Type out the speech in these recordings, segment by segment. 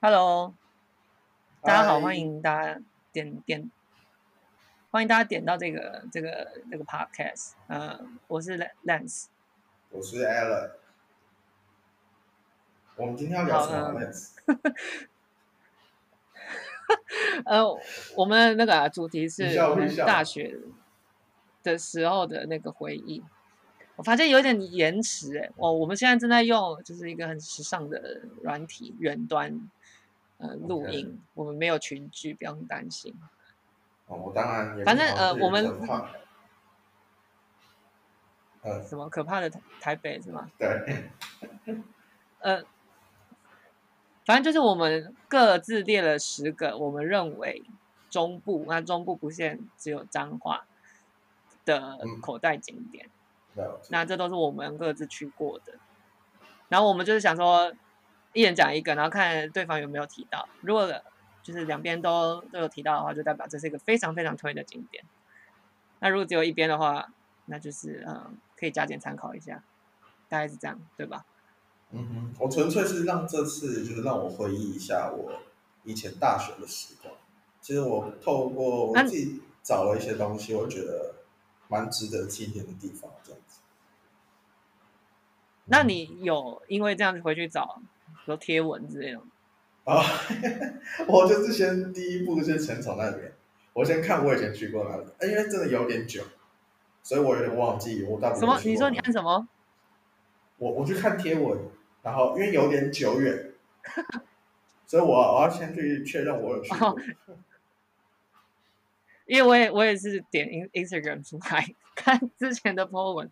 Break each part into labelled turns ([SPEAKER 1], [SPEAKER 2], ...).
[SPEAKER 1] Hello，大家好，
[SPEAKER 2] 嗨
[SPEAKER 1] 欢迎大家点点，欢迎大家点到这个这个这个 podcast。呃，我是 Lan- Lance，
[SPEAKER 2] 我是 Alan。我们今天要聊什么啊
[SPEAKER 1] 好
[SPEAKER 2] ？Lance？
[SPEAKER 1] 呃，我们的那个啊、主题是
[SPEAKER 2] 微笑
[SPEAKER 1] 我们
[SPEAKER 2] 微笑
[SPEAKER 1] 大学的时候的那个回忆。我发现有点延迟哎、我我们现在正在用就是一个很时尚的软体远端呃录
[SPEAKER 2] OK
[SPEAKER 1] 音，我们没有群聚，不用担心。
[SPEAKER 2] 哦，我当然也
[SPEAKER 1] 反正呃我们
[SPEAKER 2] 换， 嗯，
[SPEAKER 1] 什么可怕的台台北是吗？
[SPEAKER 2] 对，
[SPEAKER 1] 呃，反正就是我们各自列了十个我们认为中部，那中部不限只有彰化的
[SPEAKER 2] 嗯
[SPEAKER 1] 口袋景点，
[SPEAKER 2] 了解
[SPEAKER 1] 那这都是我们各自去过的。然后我们就是想说，一人讲一个，然后看对方有没有提到。如果就是两边都都有提到的话，就代表这是一个非常非常推的景点。那如果只有一边的话，那就是嗯，可以加减参考一下，大概是这样，对吧？
[SPEAKER 2] 嗯哼，我纯粹是让这次就是让我回忆一下我以前大学的时光。其实我透过我
[SPEAKER 1] 那
[SPEAKER 2] 自己找了一些东西，我觉得蛮值得纪念的地方，这样子。
[SPEAKER 1] 那你有因为这样子回去找，比如贴文之类的吗，
[SPEAKER 2] 啊， 我就是先第一步先前朝那边，我先看我以前去过哪里，哎因为真的有点久，所以我有点忘记我到底
[SPEAKER 1] 什么？
[SPEAKER 2] 去过
[SPEAKER 1] 你说你
[SPEAKER 2] 哪里
[SPEAKER 1] 按什么？
[SPEAKER 2] 我我去看贴文，然后因为有点久远，所以我我要先去确认我有去过
[SPEAKER 1] 哦。因为我也我也是点 In Instagram 出来 看之前的 po 文，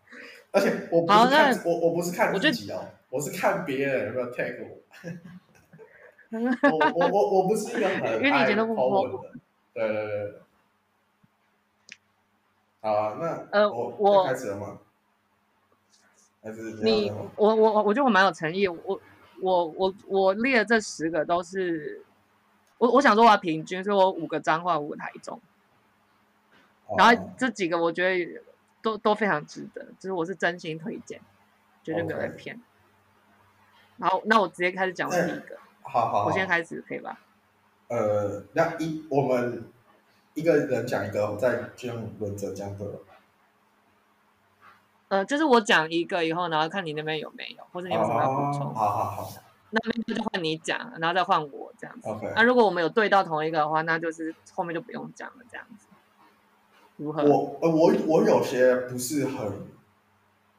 [SPEAKER 2] 而且我不
[SPEAKER 1] 好
[SPEAKER 2] 是
[SPEAKER 1] 那
[SPEAKER 2] 看我我不是看
[SPEAKER 1] 我觉得
[SPEAKER 2] 自己哦，我是看别人有没有 tag 我。我我我我不是一个很
[SPEAKER 1] 因为你以前都不
[SPEAKER 2] po 文的，对对对对。好啊，那
[SPEAKER 1] 呃
[SPEAKER 2] 我
[SPEAKER 1] 我
[SPEAKER 2] 就开始了吗？还是要
[SPEAKER 1] 你
[SPEAKER 2] 再换
[SPEAKER 1] 我我我觉得我蛮有诚意，我我我我列的这十个都是。我我想说我要平均，所以我五个彰化，五个台中，然后
[SPEAKER 2] 哦
[SPEAKER 1] 这几个我觉得都都非常值得，就是我是真心推荐，绝对没有在
[SPEAKER 2] OK
[SPEAKER 1] 骗。然后那我直接开始讲我第一个，
[SPEAKER 2] 好嗯好好，
[SPEAKER 1] 我先开始可以吧？
[SPEAKER 2] 呃，那一我们一个人讲一个，我再这样轮着这样对吧？
[SPEAKER 1] 呃，就是我讲一个以后，然后看你那边有没有，或者你有什么要补充，
[SPEAKER 2] 哦好好好
[SPEAKER 1] 那就换你讲，然后再换我这样子。
[SPEAKER 2] ，OK
[SPEAKER 1] 那、。如果我们有对到同一个的话，那就是后面就不用讲了，这样子如何？
[SPEAKER 2] 我呃我我有些不是很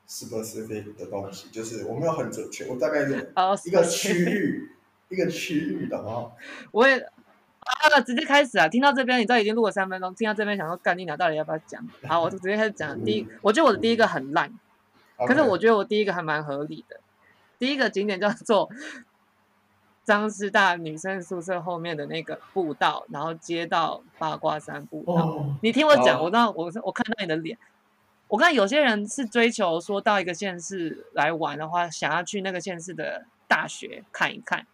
[SPEAKER 2] specific 的东西，就是我没有很准确，我大概是
[SPEAKER 1] 呃，
[SPEAKER 2] 一个 区域一个区域的哦。
[SPEAKER 1] 我也啊，直接开始啊！听到这边，你知道已经录了三分钟，听到这边想说干你俩到底要不要讲？好，我就直接开始讲。第一，
[SPEAKER 2] 嗯
[SPEAKER 1] 我觉得我的第一个很烂，可是
[SPEAKER 2] OK
[SPEAKER 1] 我觉得我第一个还蛮合理的。第一个景点叫做 张师大女生宿舍后面的那个步道，然后接到八卦山步道。
[SPEAKER 2] 哦，
[SPEAKER 1] 你听我讲，
[SPEAKER 2] 好
[SPEAKER 1] 我知道，我我看到你的脸。我看有些人是追求说到一个县市来玩的话，想要去那个县市的大学看一看。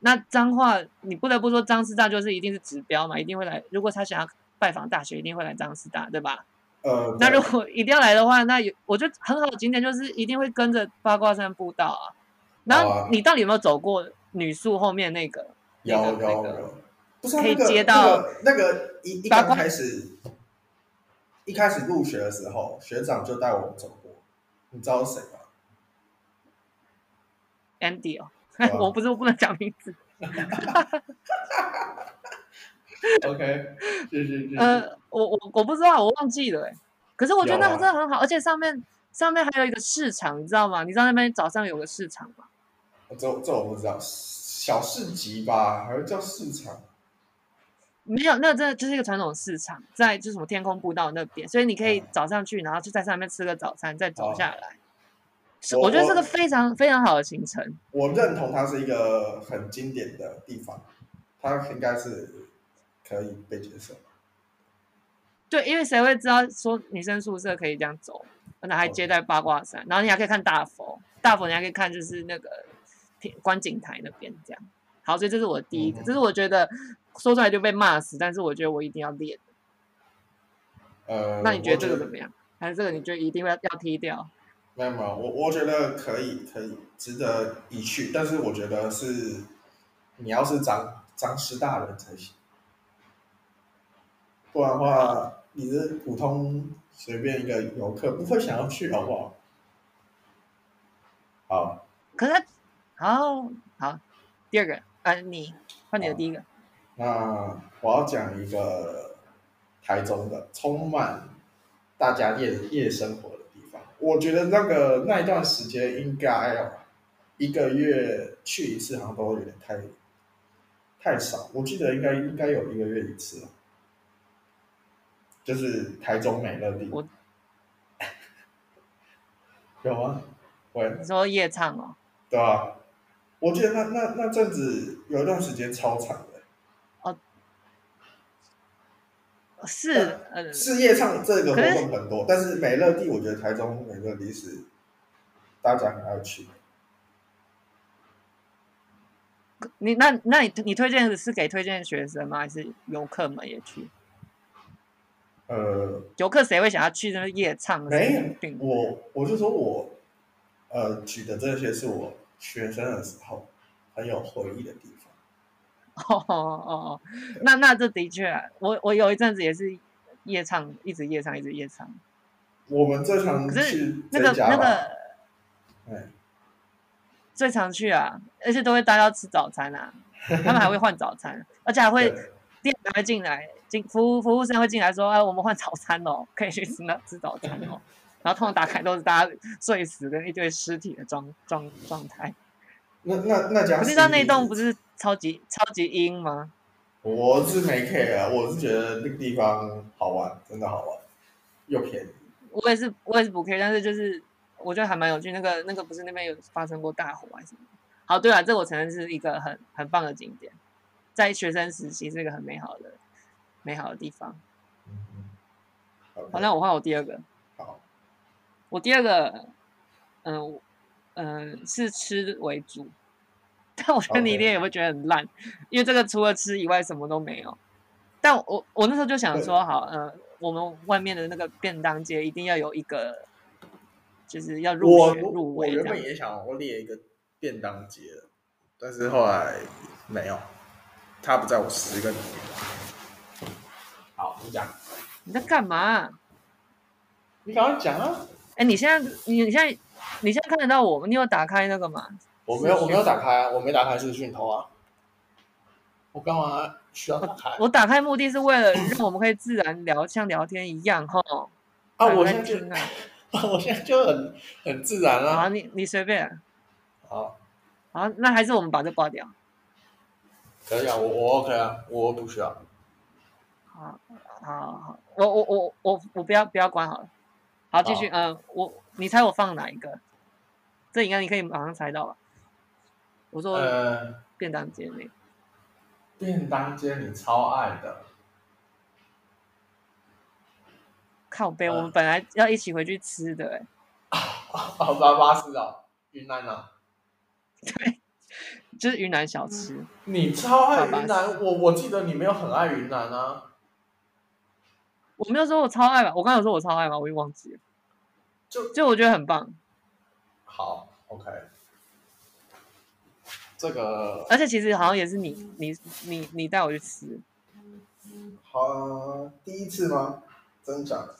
[SPEAKER 1] 那彰化，你不得不说张师大就是一定是指标嘛，一定会来。如果他想要拜访大学，一定会来张师大，对吧？
[SPEAKER 2] 呃，
[SPEAKER 1] 那
[SPEAKER 2] 对
[SPEAKER 1] 如果一定要来的话，那有我觉得很好的景点就是一定会跟着八卦山步道啊。然
[SPEAKER 2] 好啊
[SPEAKER 1] 后你到底有没有走过女宿后面那个？
[SPEAKER 2] 有
[SPEAKER 1] 那
[SPEAKER 2] 有
[SPEAKER 1] 个那个
[SPEAKER 2] 有，不是啊
[SPEAKER 1] 可以
[SPEAKER 2] 那个
[SPEAKER 1] 接到
[SPEAKER 2] 那个那个一一
[SPEAKER 1] 八
[SPEAKER 2] 刚
[SPEAKER 1] 卦
[SPEAKER 2] 开始一开始入学的时候，学长就带我们走过，你知道是谁吗？
[SPEAKER 1] Andy 哦
[SPEAKER 2] 好啊，
[SPEAKER 1] 我不是我不能讲名字。
[SPEAKER 2] OK，是是是，
[SPEAKER 1] 呃，我我我不知道，我忘记了、欸。可是我觉得
[SPEAKER 2] 嗯有
[SPEAKER 1] 那
[SPEAKER 2] 啊
[SPEAKER 1] 个真的很好，而且上面上面还有一个市场，你知道吗？你知道那边早上有个市场吗？
[SPEAKER 2] 这这我不知道，小市集吧，好像叫市场，
[SPEAKER 1] 没有，那真的就是一个传统市场，在就是什么天空步道那边，所以你可以
[SPEAKER 2] 嗯
[SPEAKER 1] 早上去，然后就在上面吃个早餐，再走
[SPEAKER 2] 哦
[SPEAKER 1] 下来。是，
[SPEAKER 2] 我
[SPEAKER 1] 我觉得
[SPEAKER 2] 我
[SPEAKER 1] 这个非常非常好的行程。
[SPEAKER 2] 我认同它是一个很经典的地方，它应该是可以被接受。
[SPEAKER 1] 对，因为谁会知道说女生宿舍可以这样走，而且还接待八卦山，然后你还可以看大佛，大佛你还可以看就是那个天观景台那边这样。好，所以这是我第一个，
[SPEAKER 2] 嗯
[SPEAKER 1] 这是我觉得说出来就被骂死，但是我觉得我一定要练。
[SPEAKER 2] 呃，
[SPEAKER 1] 那你嗯觉得这个
[SPEAKER 2] 我
[SPEAKER 1] 怎么样？还是这个你觉得一定要要踢掉？
[SPEAKER 2] 没有没有，我我觉得可以可以值得一去，但是我觉得是你要是长长师大人才行，不然的话，你是普通随便一个游客不会想要去，好不好？好，
[SPEAKER 1] 可是他，好好，第二个啊，你换你的第一个，
[SPEAKER 2] 那我要讲一个台中的充满大家夜夜生活的地方。我觉得那个那一段时间应该哦，一个月去一次好像都有点太太少。我记得应该应该有一个月一次啊，就是台中美乐地
[SPEAKER 1] 我。
[SPEAKER 2] 有吗？喂。
[SPEAKER 1] 你说夜唱哦，
[SPEAKER 2] 对啊，我记得那那那阵子有一段时间超长的，
[SPEAKER 1] 是，呃，
[SPEAKER 2] 是夜唱这个活
[SPEAKER 1] 可是
[SPEAKER 2] 动很多，但是美乐地我觉得台中美乐地是大家很爱去，
[SPEAKER 1] 你那那你你推荐的是给推荐学生吗？还是游客们也去？
[SPEAKER 2] 呃，
[SPEAKER 1] 游客谁会想要去那个夜唱？
[SPEAKER 2] 没有
[SPEAKER 1] 病
[SPEAKER 2] 我我就说我呃举的这些是我学生的时候很有回忆的地方，
[SPEAKER 1] 哦哦哦，那那这的确啊、我我有一阵子也是夜唱，一直夜唱，一直夜唱。
[SPEAKER 2] 我们最常
[SPEAKER 1] 可是
[SPEAKER 2] 去
[SPEAKER 1] 那个
[SPEAKER 2] 这家
[SPEAKER 1] 那
[SPEAKER 2] 吧，
[SPEAKER 1] 个
[SPEAKER 2] 啊哎，
[SPEAKER 1] 最常去啊，而且都会待到吃早餐啊，他们还会换早餐，而且还会
[SPEAKER 2] 对
[SPEAKER 1] 店员会进来，进服务服务生会进来说，哎，我们换早餐哦，可以去吃那吃早餐哦。然后通常打开都是大家睡死跟一堆尸体的状状状态。
[SPEAKER 2] 那那那家
[SPEAKER 1] 可是到那
[SPEAKER 2] 一
[SPEAKER 1] 栋不是超级超级阴吗？
[SPEAKER 2] 我是没 care，啊我是觉得那个地方好玩，真的好玩，又便宜。
[SPEAKER 1] 我也是，我也是不 care，但是就是我觉得还蛮有趣。那个那个不是那边有发生过大火还是什么？好，对啊，这我承认是一个很很棒的景点，在学生时期是一个很美好的美好的地方。
[SPEAKER 2] 嗯嗯
[SPEAKER 1] 好，那我换我第二个，
[SPEAKER 2] 好，
[SPEAKER 1] 我第二个，嗯、我嗯、是吃为主，但我觉得你一定
[SPEAKER 2] OK
[SPEAKER 1] 也会觉得很烂因为这个除了吃以外什么都没有。但我我那时候就想说，
[SPEAKER 2] 对
[SPEAKER 1] 好，呃，我们外面的那个便当街一定要有一个，就是要入
[SPEAKER 2] 我
[SPEAKER 1] 学入
[SPEAKER 2] 我
[SPEAKER 1] 围这
[SPEAKER 2] 原
[SPEAKER 1] 样
[SPEAKER 2] 本。也想我列一个便当节的，但是后来没有，他不在我十个里面。好，你讲，
[SPEAKER 1] 你在干嘛、
[SPEAKER 2] 你赶快讲啊！
[SPEAKER 1] 哎，你现在你你现在你现在看得到我吗？你有打开那个吗？
[SPEAKER 2] 我没有，我没有打开啊，我没打开视讯头啊。我干嘛需要打开
[SPEAKER 1] 我打开目的是为了让我们可以自然聊，像聊天一样哈。
[SPEAKER 2] 啊？
[SPEAKER 1] 赶
[SPEAKER 2] 我
[SPEAKER 1] 快
[SPEAKER 2] 现在就
[SPEAKER 1] 听啊，
[SPEAKER 2] 我现在就很很自然
[SPEAKER 1] 好啊，
[SPEAKER 2] 啊。
[SPEAKER 1] 你你随便，
[SPEAKER 2] 好，
[SPEAKER 1] 好，那还是我们把这挂掉。
[SPEAKER 2] 可以啊，我我 OK 啊，我不需要。
[SPEAKER 1] 好，好，好，我我我我我不要不要关好了。好，继续，嗯、我你猜我放哪一个？这应该你可以马上猜到吧？我说
[SPEAKER 2] 呃，
[SPEAKER 1] 便当街那个，
[SPEAKER 2] 便当街你超爱的，
[SPEAKER 1] 靠背，我
[SPEAKER 2] 呃
[SPEAKER 1] 们本来要一起回去吃的、欸，
[SPEAKER 2] 好吧，巴士啊，云南啊。
[SPEAKER 1] 就是云南小吃。
[SPEAKER 2] 你超爱
[SPEAKER 1] 好
[SPEAKER 2] 云
[SPEAKER 1] 吧
[SPEAKER 2] 南，我我记得你没有很爱云南啊，
[SPEAKER 1] 我没有说我超爱吧，我刚才有说我超爱吗？我已经忘记了。
[SPEAKER 2] 就
[SPEAKER 1] 就我觉得很棒，
[SPEAKER 2] 好，OK，这个
[SPEAKER 1] 而且其实好像也是你你你你带我去吃，
[SPEAKER 2] 好、第一次吗？真假的？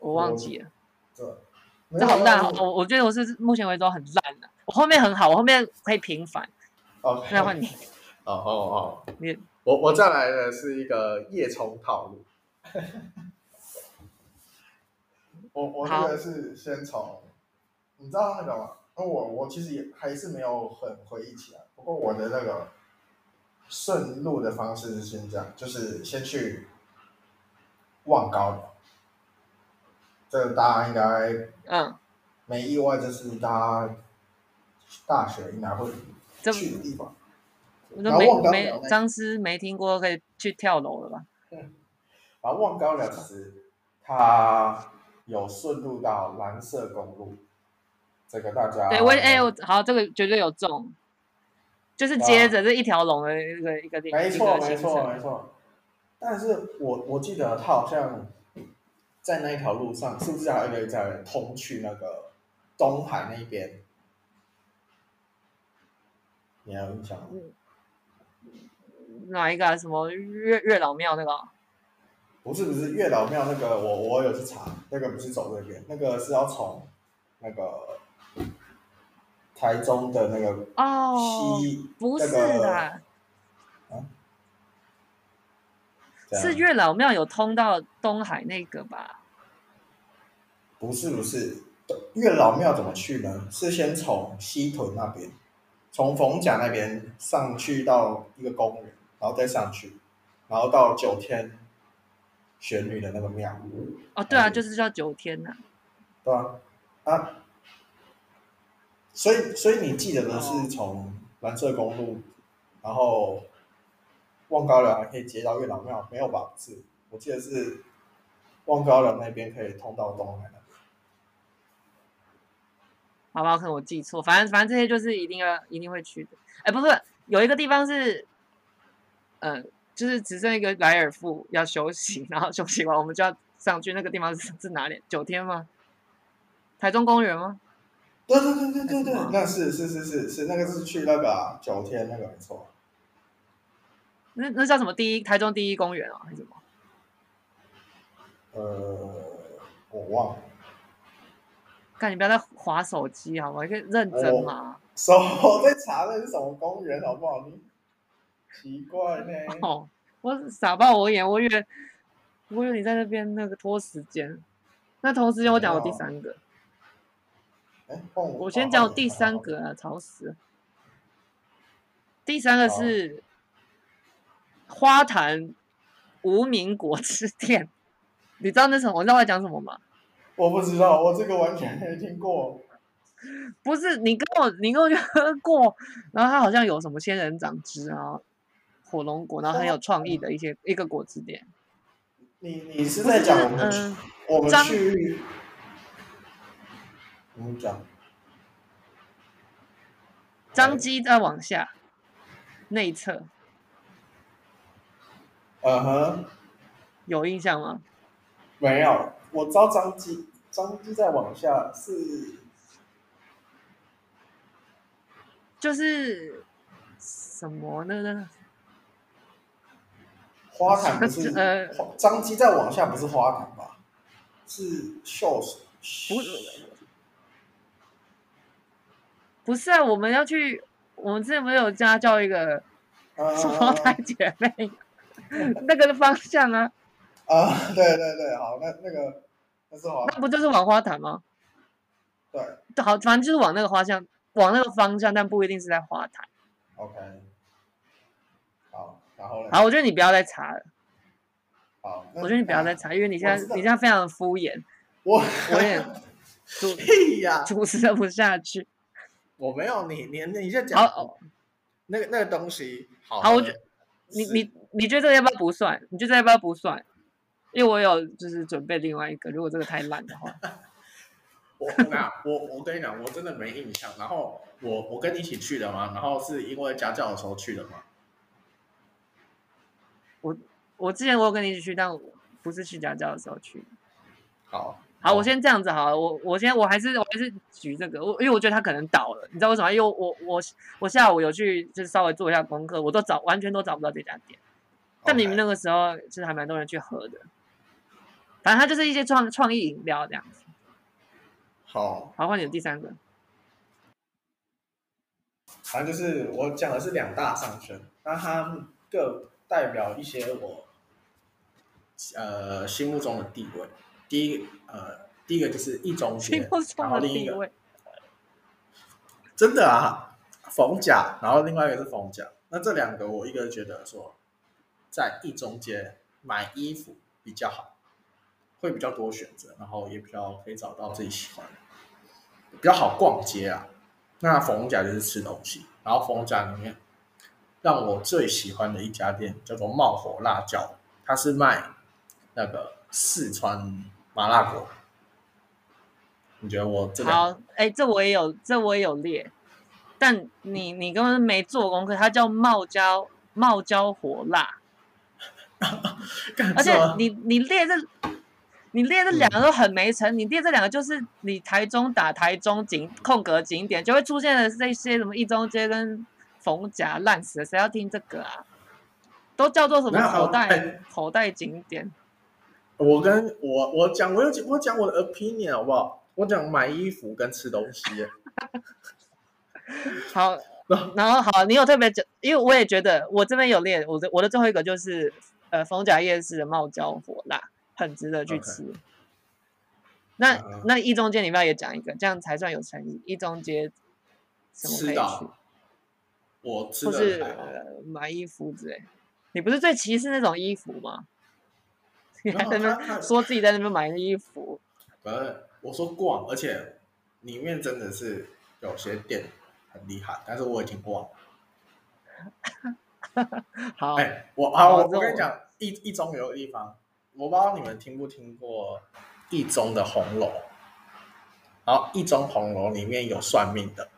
[SPEAKER 1] 我忘记了，
[SPEAKER 2] 这
[SPEAKER 1] 这好烂，
[SPEAKER 2] 哦。
[SPEAKER 1] 嗯啊我我觉得我是目前为止都很烂的、我后面很好，我后面可以平反。
[SPEAKER 2] OK，
[SPEAKER 1] 那换你，
[SPEAKER 2] 哦哦哦，
[SPEAKER 1] 你
[SPEAKER 2] 我我再来的是一个夜冲套路， 我我这个是先从，你知道那个吗？那我我其实也还是没有很回忆起来，不过我的那个顺路的方式是先这样，就是先去望高寮，这个大家应该
[SPEAKER 1] 嗯，
[SPEAKER 2] 没意外，这是大家大学应该会
[SPEAKER 1] 这
[SPEAKER 2] 去的地方。
[SPEAKER 1] 我
[SPEAKER 2] 然后
[SPEAKER 1] 都
[SPEAKER 2] 望
[SPEAKER 1] 没
[SPEAKER 2] 高
[SPEAKER 1] 没
[SPEAKER 2] 寮那
[SPEAKER 1] 张师没听过，可以去跳楼了吧？
[SPEAKER 2] 然后望高寮其实它有顺路到蓝色公路，这个大家
[SPEAKER 1] 对，我哎、我好，这个绝对有中，就是接着这一条龙的一个一个
[SPEAKER 2] 啊没错
[SPEAKER 1] 一个
[SPEAKER 2] 没
[SPEAKER 1] 行
[SPEAKER 2] 错
[SPEAKER 1] 程，
[SPEAKER 2] 没错。但是我我记得它好像在那一条路上，是不是还有一个在通去那个东海那边？你还有印象吗？
[SPEAKER 1] 哪一个、啊、什么月月老庙那个啊？
[SPEAKER 2] 不是不是，月老庙那个我我有去查，那个不是走瑞边，那个是要从那个台中的那个
[SPEAKER 1] 哦，
[SPEAKER 2] 西，
[SPEAKER 1] 不
[SPEAKER 2] 那
[SPEAKER 1] 是
[SPEAKER 2] 个
[SPEAKER 1] 的，
[SPEAKER 2] 这样
[SPEAKER 1] 是月老庙有通到东海那个吧？
[SPEAKER 2] 不是不是，月老庙怎么去呢？是先从西屯那边，从逢甲那边上去到一个公园，然后再上去，然后到九天玄女的那个庙，
[SPEAKER 1] 哦，对啊，
[SPEAKER 2] 嗯
[SPEAKER 1] 就是叫九天呐、
[SPEAKER 2] 对吧、啊？啊，所以所以你记得的是从蓝色公路，然后望高寮还可以接到月老庙，没有吧？不是，我记得是望高寮那边可以通到东海那边。
[SPEAKER 1] 好吧，可能我记错，反正反正这些就是一定要一定会去的。哎，不是，有一个地方是，呃，就是只剩一个莱尔富要休息，然后休息完我们就要上去那个地方是 是哪里？九天吗？台中公园吗？
[SPEAKER 2] 对对对对对对
[SPEAKER 1] 还是吗，
[SPEAKER 2] 那是是是是是，那个是去那个啊九天那个没错，
[SPEAKER 1] 那那叫什么第一台中第一公园啊，还是什么？
[SPEAKER 2] 呃，我忘了，
[SPEAKER 1] 看你不要再划手机好吗？你可以认
[SPEAKER 2] 哦
[SPEAKER 1] 真嘛。
[SPEAKER 2] 所以我在查那是什么公园好不好？你奇怪 呢？
[SPEAKER 1] 哦，我傻爆我眼，我以为我以为你在那边那个拖时间。那同时间我讲我第
[SPEAKER 2] 没有啊
[SPEAKER 1] 三个，
[SPEAKER 2] 哎、换
[SPEAKER 1] 我先讲我第三，个啊，吵死了。第三个
[SPEAKER 2] 好
[SPEAKER 1] 是花坛无名果汁店，你知道那什么？你知道我在讲什么吗？
[SPEAKER 2] 我不知道，我这个完全没听过。
[SPEAKER 1] 不是你跟我，你跟我去喝过，然后它好像有什么仙人掌汁啊、火龙果，然后很有创意的一些一个果汁店。
[SPEAKER 2] 你你是
[SPEAKER 1] 不
[SPEAKER 2] 在
[SPEAKER 1] 就
[SPEAKER 2] 讲
[SPEAKER 1] 是嗯，
[SPEAKER 2] 我们去、我们
[SPEAKER 1] 张
[SPEAKER 2] 去，你讲
[SPEAKER 1] 张机再往下内侧
[SPEAKER 2] 嗯哼，
[SPEAKER 1] 有印象吗？
[SPEAKER 2] 没有，我知道张机，张机再往下是
[SPEAKER 1] 就是什么那那
[SPEAKER 2] 花坛不是
[SPEAKER 1] 呃
[SPEAKER 2] 花张机再往下不是花坛吧？是秀水，
[SPEAKER 1] 不是啊，我们要去，我们之前不是有家教一个
[SPEAKER 2] 呃
[SPEAKER 1] 双胞胎姐妹、那个的方向啊，
[SPEAKER 2] 啊， 对对对，好，那那个那是花
[SPEAKER 1] 那不就是往花坛吗？
[SPEAKER 2] 对
[SPEAKER 1] 好，反正就是往那个方向，往那个方向，但不一定是在花坛。
[SPEAKER 2] ，OK，好，然后呢？
[SPEAKER 1] 好，我觉得你不要再查了，
[SPEAKER 2] 好，那
[SPEAKER 1] 我觉得你不要再查，因为你现
[SPEAKER 2] 我知
[SPEAKER 1] 在
[SPEAKER 2] 道
[SPEAKER 1] 你现在非常敷衍，
[SPEAKER 2] 我
[SPEAKER 1] 我有点主
[SPEAKER 2] 屁呀，
[SPEAKER 1] 主持不下去。
[SPEAKER 2] 我没有你你你在
[SPEAKER 1] 好
[SPEAKER 2] 讲
[SPEAKER 1] 哦
[SPEAKER 2] 那个那个东西，好
[SPEAKER 1] 好我
[SPEAKER 2] 喝
[SPEAKER 1] 觉你
[SPEAKER 2] 是
[SPEAKER 1] 你你觉得这个要不要不算？你觉得这个要不要不算？因为我有就是准备另外一个，如果这个太烂的话，
[SPEAKER 3] 我我跟你讲我我跟你讲，我真的没印象。然后我我跟你一起去的嘛，然后是因为家教的时候去的嘛。
[SPEAKER 1] 我之前我有跟你一起去，但我不是去家教的时候去。
[SPEAKER 3] 好，
[SPEAKER 1] 好，我先这样子好了，我我先我还是我还是举这个，我因为我觉得他可能倒了，你知道为什么吗？因为我我我我下午有去就是稍微做一下功课，我都找完全都找不到这家店，但明明那个时候就是还蛮多人去喝的，反正它就是一些创创意饮料这样子。
[SPEAKER 2] 好，
[SPEAKER 1] 好，换你的第三个，
[SPEAKER 2] 反正就是我讲的是两大上升，
[SPEAKER 3] 那它各代表一些我呃心目中的地位。第一呃，第一个就是一中
[SPEAKER 1] 心
[SPEAKER 3] 学
[SPEAKER 1] 目，中
[SPEAKER 3] 然后
[SPEAKER 1] 的
[SPEAKER 3] 另一
[SPEAKER 1] 地
[SPEAKER 3] 个
[SPEAKER 1] 位，
[SPEAKER 3] 真的啊，逢甲，然后另外一个是逢甲。那这两个，我一个觉得说，在一中街买衣服比较好，会比较多选择，然后也比较可以找到自己喜欢的，比较好逛街啊。那逢甲就是吃东西，然后逢甲里面让我最喜欢的一家店叫做冒火辣椒，它是卖那个四川麻辣锅。你觉得我这两个
[SPEAKER 1] 好，哎、这我也有，这我也有列，但你你根本没做功课，它叫冒椒冒椒火辣，
[SPEAKER 3] 干
[SPEAKER 1] 而且
[SPEAKER 3] 什么
[SPEAKER 1] 你你列这你列这两个都很没诚，你列这两个就是你台中打台中景空格景点就会出现的这些什么一中街跟逢甲烂死了，谁要听这个啊？都叫做什
[SPEAKER 2] 没有
[SPEAKER 1] 么口
[SPEAKER 2] 哎
[SPEAKER 1] 袋口袋景点？
[SPEAKER 2] 我跟我我讲，我有讲我讲我的 opinion 好不好？我讲买衣服跟吃东西耶，
[SPEAKER 1] 好，然后好，你有特别讲，因为我也觉得我这边有列，我的我的最后一个就是呃逢甲夜市的茂椒火辣，很值得去
[SPEAKER 2] OK
[SPEAKER 1] 吃。那
[SPEAKER 2] 嗯
[SPEAKER 1] 那一中街你不要也讲一个，这样才算有诚意。一中街什么可
[SPEAKER 2] 吃
[SPEAKER 1] 以去？
[SPEAKER 2] 到我吃
[SPEAKER 1] 或是
[SPEAKER 2] 的 还好，
[SPEAKER 1] 呃买衣服之类。你不是最歧视那种衣服吗？你还在那
[SPEAKER 2] 然后他他
[SPEAKER 1] 边说自己在那边买衣服，
[SPEAKER 2] 反正我说逛，而且里面真的是有些店很厉害，但是我已经忘了。
[SPEAKER 1] 好，
[SPEAKER 2] 哎、我啊，
[SPEAKER 1] 好
[SPEAKER 2] 我
[SPEAKER 1] 哦这
[SPEAKER 2] 我跟
[SPEAKER 1] 我
[SPEAKER 2] 你讲，一一中有个地方，我不知道你们听不听过一中的红楼。然后一中红楼里面有算命的，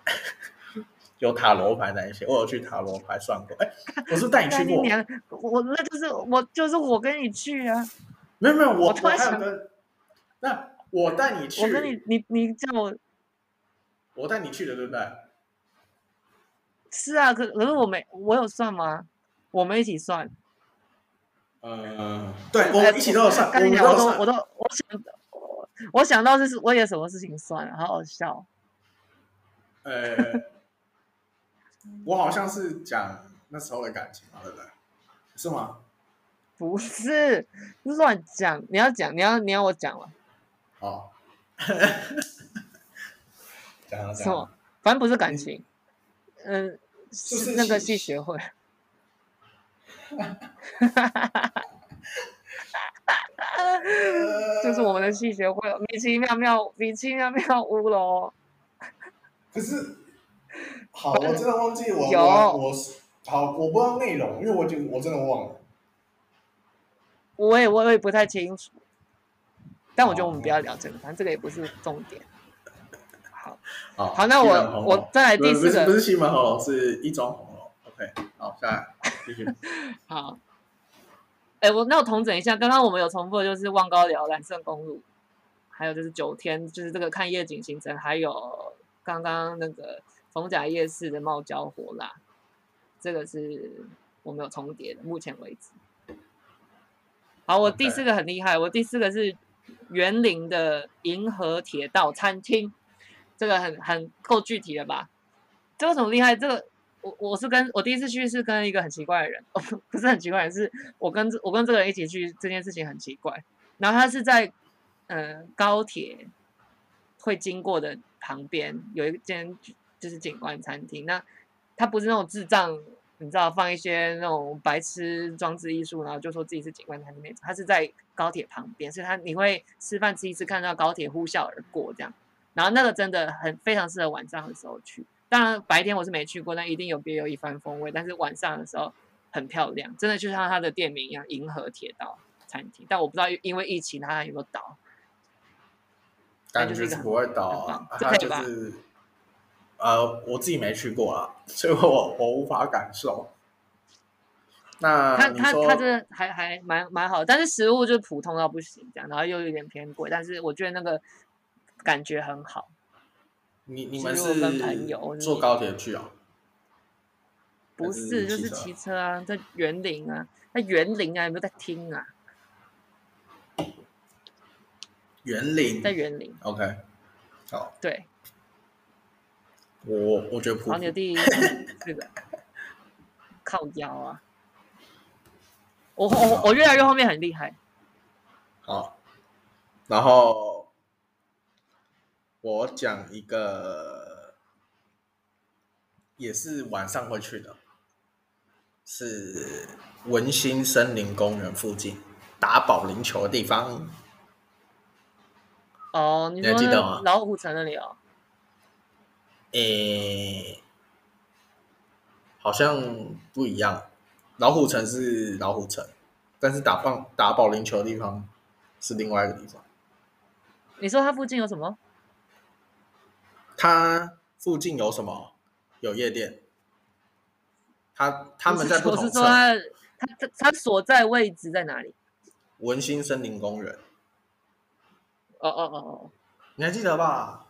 [SPEAKER 2] 有塔罗牌那一些，我有去塔罗牌算过。哎、我是带你去
[SPEAKER 1] 干你
[SPEAKER 2] 过，
[SPEAKER 1] 娘的我那就是我就是我跟你去啊，
[SPEAKER 2] 没有没有，我
[SPEAKER 1] 我突然
[SPEAKER 2] 还有
[SPEAKER 1] 想
[SPEAKER 2] 跟，那我带你去，
[SPEAKER 1] 我跟你你你叫我
[SPEAKER 2] 我带你去的，对不对？
[SPEAKER 1] 是啊，可可是我没我有算吗？我们一起算，
[SPEAKER 2] 嗯，对，我们一起都有算，我
[SPEAKER 1] 跟你
[SPEAKER 2] 们
[SPEAKER 1] 讲，我都
[SPEAKER 2] 算
[SPEAKER 1] 我都我想我我想到就是我也什么事情算了，好好笑。
[SPEAKER 2] 呃，我好像是讲那时候的感情嘛，对不对？是吗？
[SPEAKER 1] 不是，你乱讲！你要讲，你要你要我讲了
[SPEAKER 2] 哦，讲啊
[SPEAKER 1] 什
[SPEAKER 2] 讲
[SPEAKER 1] 么
[SPEAKER 2] 啊，？
[SPEAKER 1] 反正不是感
[SPEAKER 2] 你
[SPEAKER 1] 情，嗯，
[SPEAKER 2] 就是是
[SPEAKER 1] 那个
[SPEAKER 2] 戏
[SPEAKER 1] 系学会。 就是
[SPEAKER 2] 呃
[SPEAKER 1] 我们的戏学会，哦米奇妙妙，米奇妙妙乌龙，
[SPEAKER 2] 可是，好，我真的忘记 我
[SPEAKER 1] 有
[SPEAKER 2] 我我是好，我不知道内容，因为我已经我真的忘了。
[SPEAKER 1] 我也我也不太清楚，但我觉得我们
[SPEAKER 2] 哦
[SPEAKER 1] 不要聊这个，反正这个也不是重点。好，
[SPEAKER 2] 好，
[SPEAKER 1] 好那
[SPEAKER 2] 西
[SPEAKER 1] 我
[SPEAKER 2] 门红楼
[SPEAKER 1] 我再哎来第
[SPEAKER 2] 不是
[SPEAKER 1] 四个
[SPEAKER 2] 不是不是西门红楼，是一中红楼。OK，好，下来 继续。
[SPEAKER 1] 好，哎，我那我统整一下，刚刚我们有重复的就是望高寮、蓝胜公路，还有就是九天，就是这个看夜景行程，还有刚刚那个逢甲夜市的茂椒火辣，这个是我没有重叠的，目前为止。好，我第
[SPEAKER 2] OK
[SPEAKER 1] 四个很厉害，我第四个是园林的银河铁道餐厅，这个很很够具体了吧？这个很厉害，这个我我是跟我第一次去是跟一个很奇怪的人， 哦不不是很奇怪的人，是我跟这我跟这个人一起去，这件事情很奇怪。然后他是在嗯、呃高铁会经过的旁边有一间就是景观餐厅，那它不是那种智障，你知道放一些那种白痴装置艺术，然后就说自己是景观餐厅那种，它是在高铁旁边，所以它你会吃饭吃一次看到高铁呼啸而过这样。然后那个真的很非常适合晚上的时候去。当然白天我是没去过，但一定有别有一番风味。但是晚上的时候很漂亮，真的就像它的店名一样，银河铁道餐厅。但我不知道因为疫情它还有没有倒。
[SPEAKER 2] 感觉是不会倒
[SPEAKER 1] 很
[SPEAKER 2] 啊，
[SPEAKER 1] 棒
[SPEAKER 2] 它就
[SPEAKER 1] 哎这可
[SPEAKER 2] 是，呃，我自己没去过啊， 所以我我无法感受。那
[SPEAKER 1] 它
[SPEAKER 2] 嗯你
[SPEAKER 1] 它
[SPEAKER 2] 说
[SPEAKER 1] 它真的还还蛮蛮好，但是食物就是普通到不行这样，然后又有点偏贵，但是我觉得那个感觉很好。
[SPEAKER 2] 你你
[SPEAKER 1] 是
[SPEAKER 2] 们
[SPEAKER 1] 如果
[SPEAKER 2] 是
[SPEAKER 1] 跟朋友
[SPEAKER 2] 坐高铁去啊？
[SPEAKER 1] 不
[SPEAKER 2] 还
[SPEAKER 1] 是，
[SPEAKER 2] 是
[SPEAKER 1] 就
[SPEAKER 2] 骑
[SPEAKER 1] 是
[SPEAKER 2] 车
[SPEAKER 1] 骑车啊，在园林啊，在园林啊，有没有在听啊？
[SPEAKER 2] 园林
[SPEAKER 1] 在园林，
[SPEAKER 2] ？OK，好，
[SPEAKER 1] 对。
[SPEAKER 2] 我我觉得普
[SPEAKER 1] 哦然后你的
[SPEAKER 2] 普
[SPEAKER 1] 第四个靠腰啊，我我我越来越后面很厉害，
[SPEAKER 2] 好，然后我讲一个也是晚上会去的，是文心森林公园附近打保龄球的地方。
[SPEAKER 1] 哦，你
[SPEAKER 2] 你还
[SPEAKER 1] 说
[SPEAKER 2] 记得
[SPEAKER 1] 那
[SPEAKER 2] 吗
[SPEAKER 1] 老虎城那里哦，
[SPEAKER 2] 诶，好像不一样。老虎城是老虎城，但是打棒打保龄球的地方是另外一个地方。
[SPEAKER 1] 你说它附近有什么？
[SPEAKER 2] 它附近有什么？有夜店。他他们在不
[SPEAKER 1] 我是
[SPEAKER 2] 同
[SPEAKER 1] 说
[SPEAKER 2] 侧，
[SPEAKER 1] 它它它它所在位置在哪里？
[SPEAKER 2] 文心森林公园，
[SPEAKER 1] 哦哦哦哦，
[SPEAKER 2] 你还记得吧？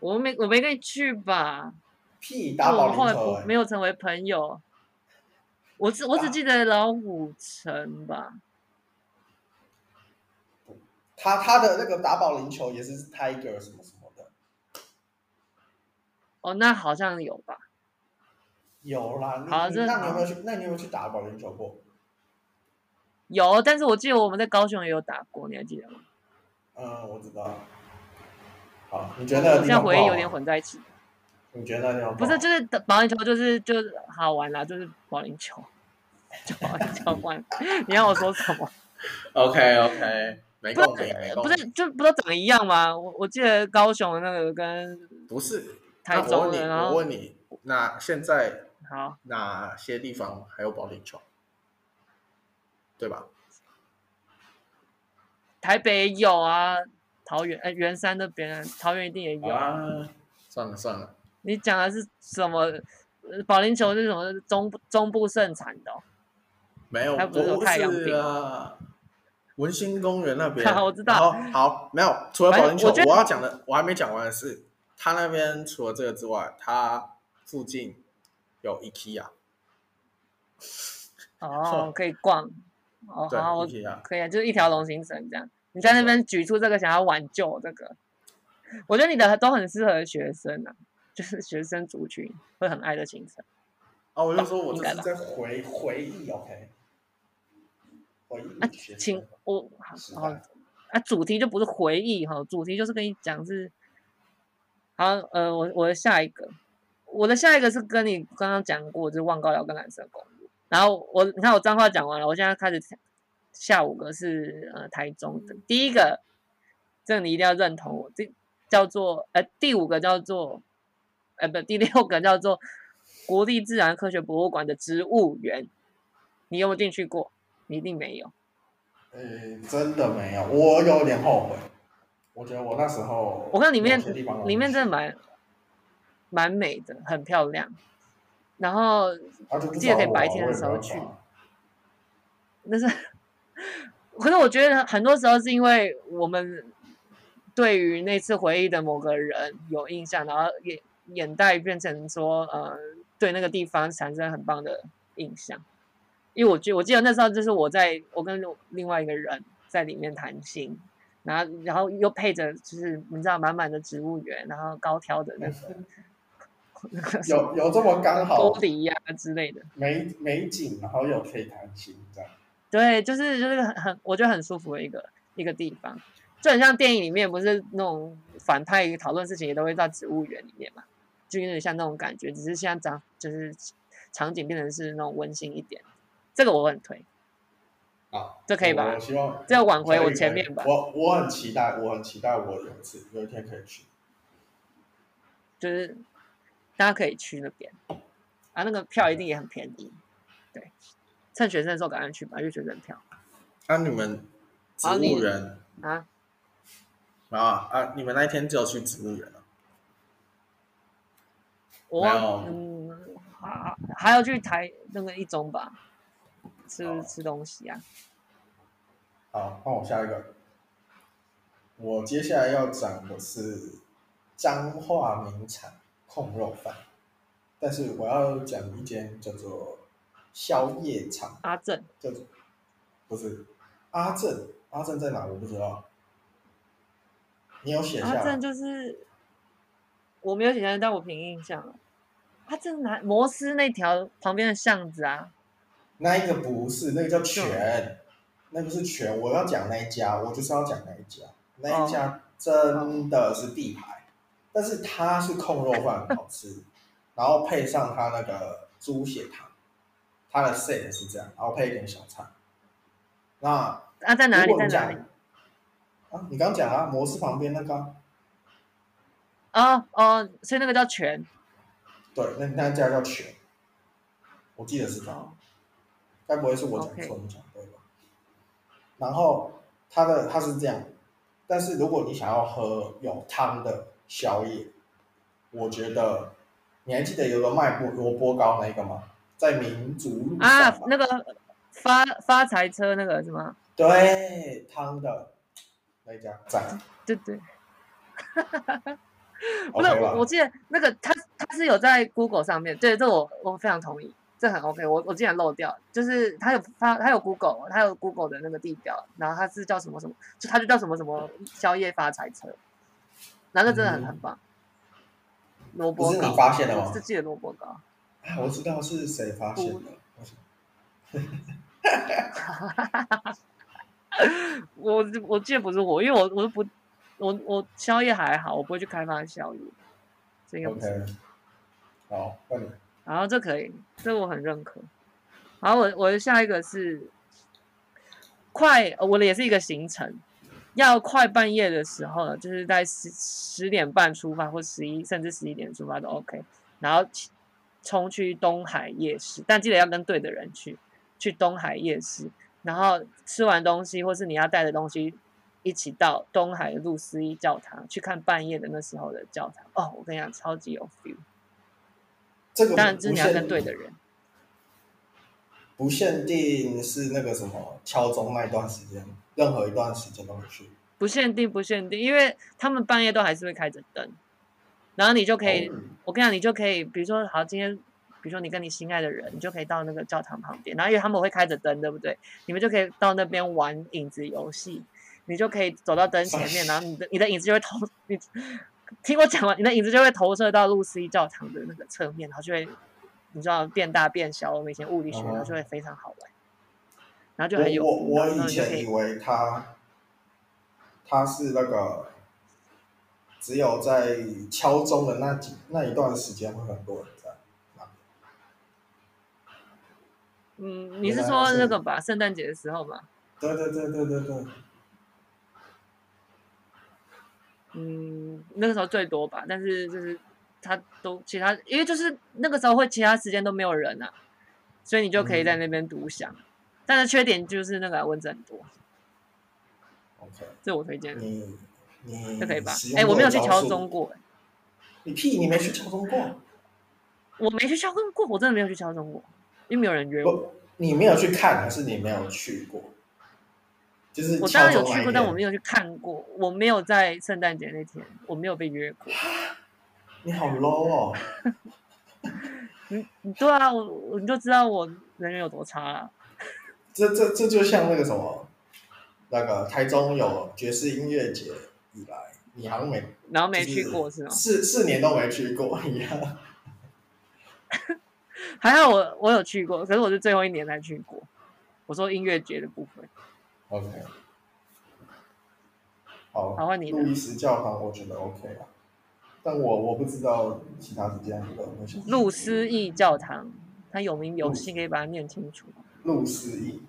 [SPEAKER 1] 我没我没跟你去吧？
[SPEAKER 2] 屁打
[SPEAKER 1] 但我
[SPEAKER 2] 保
[SPEAKER 1] 们哦后
[SPEAKER 2] 龄
[SPEAKER 1] 来
[SPEAKER 2] 球、
[SPEAKER 1] 不
[SPEAKER 2] 欸，
[SPEAKER 1] 没有成为朋友。我只我只记得老虎城吧，
[SPEAKER 2] 他他的那个打保龄球也是 Tiger 什么什么的，
[SPEAKER 1] 哦，那好像有吧。
[SPEAKER 2] 有啦。你
[SPEAKER 1] 好
[SPEAKER 2] 你
[SPEAKER 1] 这嗯
[SPEAKER 2] 那你有没有去？那你有没有去打保龄球过？
[SPEAKER 1] 有，但是我记得我们在高雄也有打过，你还记得吗？
[SPEAKER 2] 嗯，我知道。好，你觉
[SPEAKER 1] 我
[SPEAKER 2] 得那个地
[SPEAKER 1] 现在
[SPEAKER 2] 方不
[SPEAKER 1] 回忆
[SPEAKER 2] 好哦
[SPEAKER 1] 有点
[SPEAKER 2] 玩
[SPEAKER 1] 混在一起。
[SPEAKER 2] 你觉得那个地方
[SPEAKER 1] 不
[SPEAKER 2] 好
[SPEAKER 1] 是，
[SPEAKER 2] 玩
[SPEAKER 1] 就是打保龄球，就是就是好玩啦，就是保龄球，就保龄球玩。 你让我说什么？
[SPEAKER 4] OK OK，没
[SPEAKER 1] 不是
[SPEAKER 4] 共鸣，没共
[SPEAKER 1] 不
[SPEAKER 4] 鸣，
[SPEAKER 1] 是，就不都长一样吗？我我记得高雄的那个跟
[SPEAKER 4] 不是。
[SPEAKER 1] 台
[SPEAKER 4] 那我
[SPEAKER 1] 中
[SPEAKER 4] 问你，
[SPEAKER 1] 的，然
[SPEAKER 4] 我
[SPEAKER 1] 后
[SPEAKER 4] 问你，那现在
[SPEAKER 1] 好
[SPEAKER 4] 哪些地方还有保龄球？对吧？
[SPEAKER 1] 台北有啊，桃园呃圆山那边，桃园一定也有。
[SPEAKER 4] 啊，算了算了，
[SPEAKER 1] 你讲的是什么？呃保龄球是什么中中部盛产的、哦？
[SPEAKER 4] 没有，
[SPEAKER 1] 还不是有
[SPEAKER 4] 不
[SPEAKER 1] 太阳
[SPEAKER 4] 是
[SPEAKER 1] 饼
[SPEAKER 4] 啊。文心公园那边，
[SPEAKER 1] 我知道
[SPEAKER 4] 然后好，没有，除了保龄球，
[SPEAKER 1] 反正我觉得
[SPEAKER 4] 我要讲的，我还没讲完的是，他那边除了这个之外，他附近有 IKEA，
[SPEAKER 1] 哦，可以逛。哦，
[SPEAKER 4] 对
[SPEAKER 1] 好，我
[SPEAKER 4] ，IKEA，
[SPEAKER 1] 可以啊，就是一条龙行程这样。你在那边举出这个想要挽救这个，我觉得你的都很适合学生啊，就是学生族群会很爱的行程。
[SPEAKER 4] 哦，我就说我
[SPEAKER 1] 应
[SPEAKER 4] 这
[SPEAKER 1] 该
[SPEAKER 4] 是
[SPEAKER 1] 吧
[SPEAKER 4] 在
[SPEAKER 2] 在回回忆，OK。回忆
[SPEAKER 1] 啊
[SPEAKER 2] 学生
[SPEAKER 1] 请我
[SPEAKER 2] 时
[SPEAKER 1] 好
[SPEAKER 2] 代
[SPEAKER 1] 啊，主题就不是回忆哈，主题就是跟你讲是，好，呃，我我的下一个，我的下一个是跟你刚刚讲过，就是望高寮跟蓝色公路。然后我你看我脏话讲完了，我现在开始下五个是呃台中的第一个，这个你一定要认同我，这叫做呃第五个叫做呃不第六个叫做国立自然科学博物馆的植物园，你有没有进去过？你一定没有。
[SPEAKER 2] 呃，真的没有，我有点后悔。我觉得我那时候，
[SPEAKER 1] 我看里面
[SPEAKER 2] 有些地方我
[SPEAKER 1] 里面真的
[SPEAKER 2] 没
[SPEAKER 1] 蛮蛮美的，很漂亮。然后
[SPEAKER 2] 去，他啊就不
[SPEAKER 1] 记得可以
[SPEAKER 2] 找我
[SPEAKER 1] 白天的时候
[SPEAKER 2] 我也没
[SPEAKER 1] 去
[SPEAKER 2] 办法
[SPEAKER 1] 那是，可是我觉得很多时候是因为我们对于那次回忆的某个人有印象，然后眼眼袋变成说，呃，对那个地方产生很棒的印象。因为我记我记得那时候就是我在我跟另外一个人在里面谈心，然后然后又配着就是你知道满满的植物园，然后高挑的那个那个 什么
[SPEAKER 2] 有有这么刚好
[SPEAKER 1] 玻璃呀、啊之类的。
[SPEAKER 2] 美美景，然后又可以谈心这样。
[SPEAKER 1] 对，就是就是很很，我觉得很舒服的一个一个地方，就很像电影里面不是那种反派讨论事情也都会到植物园里面嘛，就有点像那种感觉，只是现在场就是场景变成是那种温馨一点，这个我很推，
[SPEAKER 2] 好，
[SPEAKER 1] 这可以吧
[SPEAKER 2] 啊我？希望
[SPEAKER 1] 这挽回
[SPEAKER 2] 可以
[SPEAKER 1] 我前面吧
[SPEAKER 2] 可以我我很期待，我很期待我有一次有一天可以去。
[SPEAKER 1] 就是大家可以去那边啊，那个票一定也很便宜，对，趁学生的时候赶快去吧，因为学生票
[SPEAKER 4] 那啊你们植
[SPEAKER 1] 好你
[SPEAKER 4] 物园
[SPEAKER 1] 啊，
[SPEAKER 4] 啊啊，你们那一天只有去植物园啊？
[SPEAKER 1] 我
[SPEAKER 4] 没
[SPEAKER 1] 忘
[SPEAKER 4] 有
[SPEAKER 1] 嗯，还还要去台那个一中吧，吃
[SPEAKER 2] 哦
[SPEAKER 1] 吃东西啊。
[SPEAKER 2] 好，那我下一个。我接下来要讲的是彰化名产控肉饭，但是我要讲一间叫做宵夜场，
[SPEAKER 1] 阿正，
[SPEAKER 2] 叫做不是阿正，阿正在哪？我不知道。你有写下
[SPEAKER 1] 阿
[SPEAKER 2] 来
[SPEAKER 1] 正就是我没有写下来，但我凭印象了。阿正哪摩斯那条旁边的巷子啊？
[SPEAKER 2] 那一个不是，那个叫全，那个是全。我要讲那一家，我就是要讲那一家，那一
[SPEAKER 1] 哦
[SPEAKER 2] 家真的是地牌，但是它是控肉饭很好 吃，然后配上它那个猪血汤，它的 set 是这样，然后配一点小菜。那
[SPEAKER 1] 啊，在哪里？
[SPEAKER 2] 如果
[SPEAKER 1] 在
[SPEAKER 2] 你
[SPEAKER 1] 哪
[SPEAKER 2] 讲
[SPEAKER 1] 里？
[SPEAKER 2] 啊，你刚讲啊，摩斯旁边那个啊、
[SPEAKER 1] 哦哦，所以那个叫全
[SPEAKER 2] 对，那那家叫全，我记得是这样，该不会是我讲错，你讲对吧？然后它的它是这样，但是如果你想要喝有汤的宵夜，我觉得你还记得有个卖菠萝卜糕那个吗？在民族路上
[SPEAKER 1] 啊
[SPEAKER 2] 吧，
[SPEAKER 1] 那个发发财车那个是吗？
[SPEAKER 2] 对汤的那一家赞，
[SPEAKER 1] 对对，不是
[SPEAKER 5] OK 吧
[SPEAKER 1] 我我记得那个他他是有在 Google 上面，对，这我我非常同意，这很 OK 我。我竟然漏掉，就是他有他他有 Google，他有 Google 的那个地标，然后他是叫什么什么，就他就叫什么什么宵夜发财车，然后那真的很、
[SPEAKER 2] 嗯
[SPEAKER 1] 很棒。萝
[SPEAKER 2] 不
[SPEAKER 1] 卜
[SPEAKER 2] 是你
[SPEAKER 1] 糕
[SPEAKER 2] 发现的吗
[SPEAKER 1] 是？记得萝卜糕，
[SPEAKER 2] 啊，我知道是谁发现的。
[SPEAKER 1] 我我记得不是我，因为我我都不我我宵夜还好，我不会去开发宵夜，这应该不是
[SPEAKER 2] OK，好，换你。
[SPEAKER 1] 然后这可以，这我很认可。然后我我的下一个是快，呃我的也是一个行程，要快半夜的时候呢，就是在十十点半出发或十一甚至十一点出发都 OK，然后起冲去东海夜市，但记得要跟对的人去，去东海夜市，然后吃完东西或是你要带的东西。一起到东海路思一教堂去看半夜的那时候的教堂哦，我跟你讲，超级有 feel。
[SPEAKER 2] 这个
[SPEAKER 1] 当然，就是
[SPEAKER 2] 不
[SPEAKER 1] 你要
[SPEAKER 2] 限
[SPEAKER 1] 跟对的人。
[SPEAKER 2] 不限定是那个什么敲钟那一段时间，任何一段时间都会去。
[SPEAKER 1] 不限定，不限定，因为他们半夜都还是会开着灯，然后你就可以，
[SPEAKER 2] 嗯
[SPEAKER 1] 我跟你讲，你就可以，比如说，好，今天，比如说你跟你心爱的人，你就可以到那个教堂旁边，然后因为他们会开着灯，对不对？你们就可以到那边玩影子游戏，你就可以走到灯前面，然后你的你的影子就会投你。听我讲完，你的影子就会投射到路西教堂的那个侧面，然后就会，你知道变大变小，我们以前物理学，然后就会非常好玩，然后就很有
[SPEAKER 2] 哦我
[SPEAKER 1] 福，
[SPEAKER 2] 我
[SPEAKER 1] 然
[SPEAKER 2] 我
[SPEAKER 1] 后
[SPEAKER 2] 以
[SPEAKER 1] 你就可
[SPEAKER 2] 前
[SPEAKER 1] 以
[SPEAKER 2] 以为他他是那个只有在敲钟的那几那一段时间会很多人在那边。
[SPEAKER 1] 嗯，你
[SPEAKER 2] 原
[SPEAKER 1] 是
[SPEAKER 2] 来
[SPEAKER 1] 说
[SPEAKER 2] 是
[SPEAKER 1] 那个吧？圣诞节的时候嘛？
[SPEAKER 2] 对对对对对对，
[SPEAKER 1] 嗯，那个时候最多吧，但是就是他都其他，因为就是那个时候会其他时间都没有人啊，所以你就可以
[SPEAKER 2] 嗯
[SPEAKER 1] 在那边独享。但是缺点就是那个啊蚊子很多，
[SPEAKER 2] ，OK，
[SPEAKER 1] 这我推荐的，
[SPEAKER 2] 你你
[SPEAKER 1] 这可以吧
[SPEAKER 2] 嗯使？用
[SPEAKER 1] 哎，我没有去
[SPEAKER 2] 这个招
[SPEAKER 1] 敲
[SPEAKER 2] 数
[SPEAKER 1] 钟，过、哎
[SPEAKER 2] 你屁，你没去敲钟过，
[SPEAKER 1] 我没去敲钟过，我真的没有去敲钟过，因为没有人约我。
[SPEAKER 2] 不，你没有去看，还是你没有去过？就是
[SPEAKER 1] 我当然
[SPEAKER 2] 敲
[SPEAKER 1] 有
[SPEAKER 2] 钟那
[SPEAKER 1] 去
[SPEAKER 2] 一
[SPEAKER 1] 过，但我
[SPEAKER 2] 天
[SPEAKER 1] 没有去看过，我没有在圣诞节那天，我没有被约过。
[SPEAKER 2] 你好 low 哦。
[SPEAKER 1] 嗯，对啊，我我你就知道我人缘有多差啊啦、
[SPEAKER 2] 这这这就像那个什么，那个台中有爵士音乐节以来，你好像没
[SPEAKER 1] 然后没去
[SPEAKER 2] 就是
[SPEAKER 1] 过是吗？
[SPEAKER 2] 四四年都没去过一样。
[SPEAKER 1] 还好我我有去过，可是我是最后一年才去过。我说音乐节的部分，
[SPEAKER 2] OK，好，
[SPEAKER 1] 好换你
[SPEAKER 2] 路
[SPEAKER 1] 的
[SPEAKER 2] 易斯教堂我觉得 OK 啊，但我我不知道其他时间有没有想
[SPEAKER 1] 路思义教堂，它有名有姓，可以把它念清楚。
[SPEAKER 2] 路思义。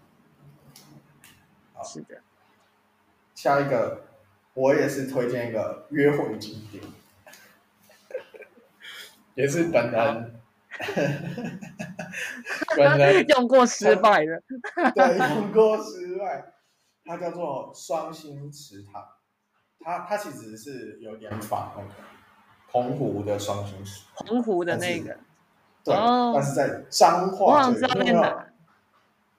[SPEAKER 2] 好
[SPEAKER 1] 是的，
[SPEAKER 2] 下一个，我也是推荐一个约会景点， 也是本人 本人
[SPEAKER 1] 用过失败的，
[SPEAKER 2] 对，永过失败，它叫做双星池塘，它它其实是有点仿那个澎湖的双星池，
[SPEAKER 1] 澎湖的那个，
[SPEAKER 2] 对，
[SPEAKER 1] 哦
[SPEAKER 2] 但是在彰
[SPEAKER 1] 我
[SPEAKER 2] 化
[SPEAKER 1] 好像
[SPEAKER 2] 这
[SPEAKER 1] 知道
[SPEAKER 2] 里，
[SPEAKER 1] 在
[SPEAKER 2] 你有没有
[SPEAKER 1] 哪，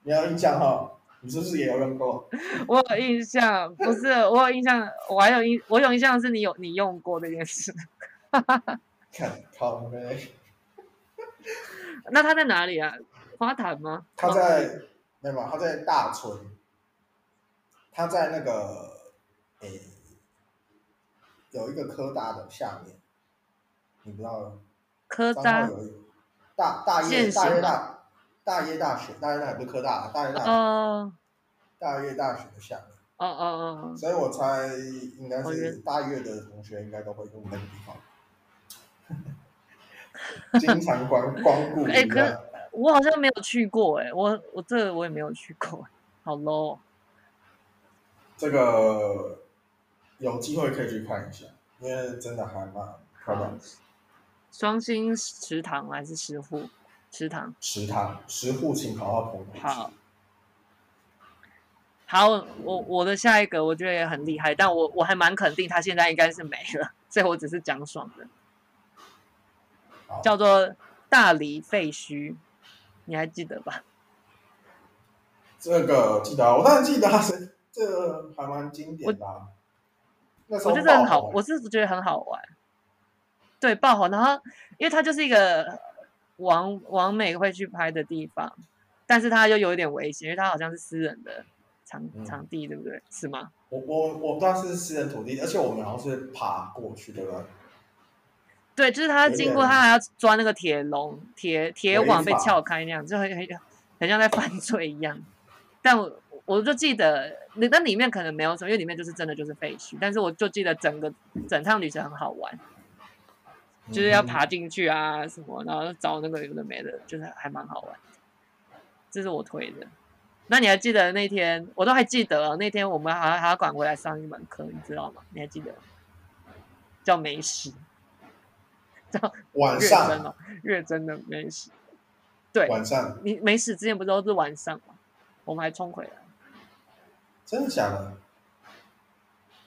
[SPEAKER 2] 你有印象哈？哦你是不是也有用过？
[SPEAKER 1] 我有印象，不是我有印象，我还有印，我有印象是你有你用过这件事。
[SPEAKER 2] 看，靠呗，
[SPEAKER 1] 那它在哪里啊？花坛吗？
[SPEAKER 2] 它在
[SPEAKER 1] 哦
[SPEAKER 2] 没有，它在大村，它在那个诶、有一个科大的下面，你不知道。
[SPEAKER 1] 科
[SPEAKER 2] 彰
[SPEAKER 1] 大
[SPEAKER 2] 化有一大大业
[SPEAKER 1] 践行
[SPEAKER 2] 大业
[SPEAKER 1] 吗
[SPEAKER 2] 大大业大学，大业大学不是科大，大业大学、
[SPEAKER 1] 哦
[SPEAKER 2] 大业大学的下面，
[SPEAKER 1] 哦哦哦，
[SPEAKER 2] 所以我猜应该
[SPEAKER 1] 我觉
[SPEAKER 2] 是
[SPEAKER 1] 得
[SPEAKER 2] 大业的同学应该都会用那个地方，经常光光顾一
[SPEAKER 1] 哎可
[SPEAKER 2] 下。
[SPEAKER 1] 哦我好像没有去过哎、我我这个我也没有去过，好 low 哦。
[SPEAKER 2] 这个有机会可以去看一下，因为真的还蛮漂亮的。
[SPEAKER 1] 双星池塘还是石户池塘？
[SPEAKER 2] 食堂食户请跑到澎湖去。
[SPEAKER 1] 好，好，我我的下一个我觉得也很厉害，但我我还蛮肯定他现在应该是没了，所以我只是讲爽的，
[SPEAKER 2] 好
[SPEAKER 1] 叫做大理废墟，你还记得吧？
[SPEAKER 2] 这个记得啊，我当然记得啊，是这个还蛮经典的、啊。那时
[SPEAKER 1] 我
[SPEAKER 2] 候
[SPEAKER 1] 觉得很
[SPEAKER 2] 爆
[SPEAKER 1] 好，
[SPEAKER 2] 红
[SPEAKER 1] 我是觉得很好玩，对爆红，然后因为它就是一个王王美会去拍的地方，但是它又有一点危险，因为它好像是私人的场
[SPEAKER 2] 嗯
[SPEAKER 1] 场地，对不对？是吗？
[SPEAKER 2] 我我我不知道是私人土地，而且我们好像是爬过去的吧？
[SPEAKER 1] 对，就是它
[SPEAKER 2] 有
[SPEAKER 1] 经过，
[SPEAKER 2] 点
[SPEAKER 1] 它还要抓那个铁笼、铁铁
[SPEAKER 2] 违
[SPEAKER 1] 网被
[SPEAKER 2] 法
[SPEAKER 1] 撬开那样，就很很很像在犯罪一样。但我我就记得那那里面可能没有什么，因为里面就是真的就是废墟，但是我就记得整个整趟旅程很好玩。嗯就是
[SPEAKER 5] 嗯
[SPEAKER 1] 要爬进去啊什么，然后找那个有的没的，就是还蛮好玩的。这是我推的。那你还记得那天？我都还记得哦那天我们还还要赶回来上一门课，你知道吗？你还记得吗？叫美食，
[SPEAKER 5] 晚
[SPEAKER 1] 月真
[SPEAKER 5] 上
[SPEAKER 1] 哦，月真的美食。
[SPEAKER 5] 晚上
[SPEAKER 1] 你美食之前不都是晚上吗？我们还冲回来，
[SPEAKER 5] 真的假的？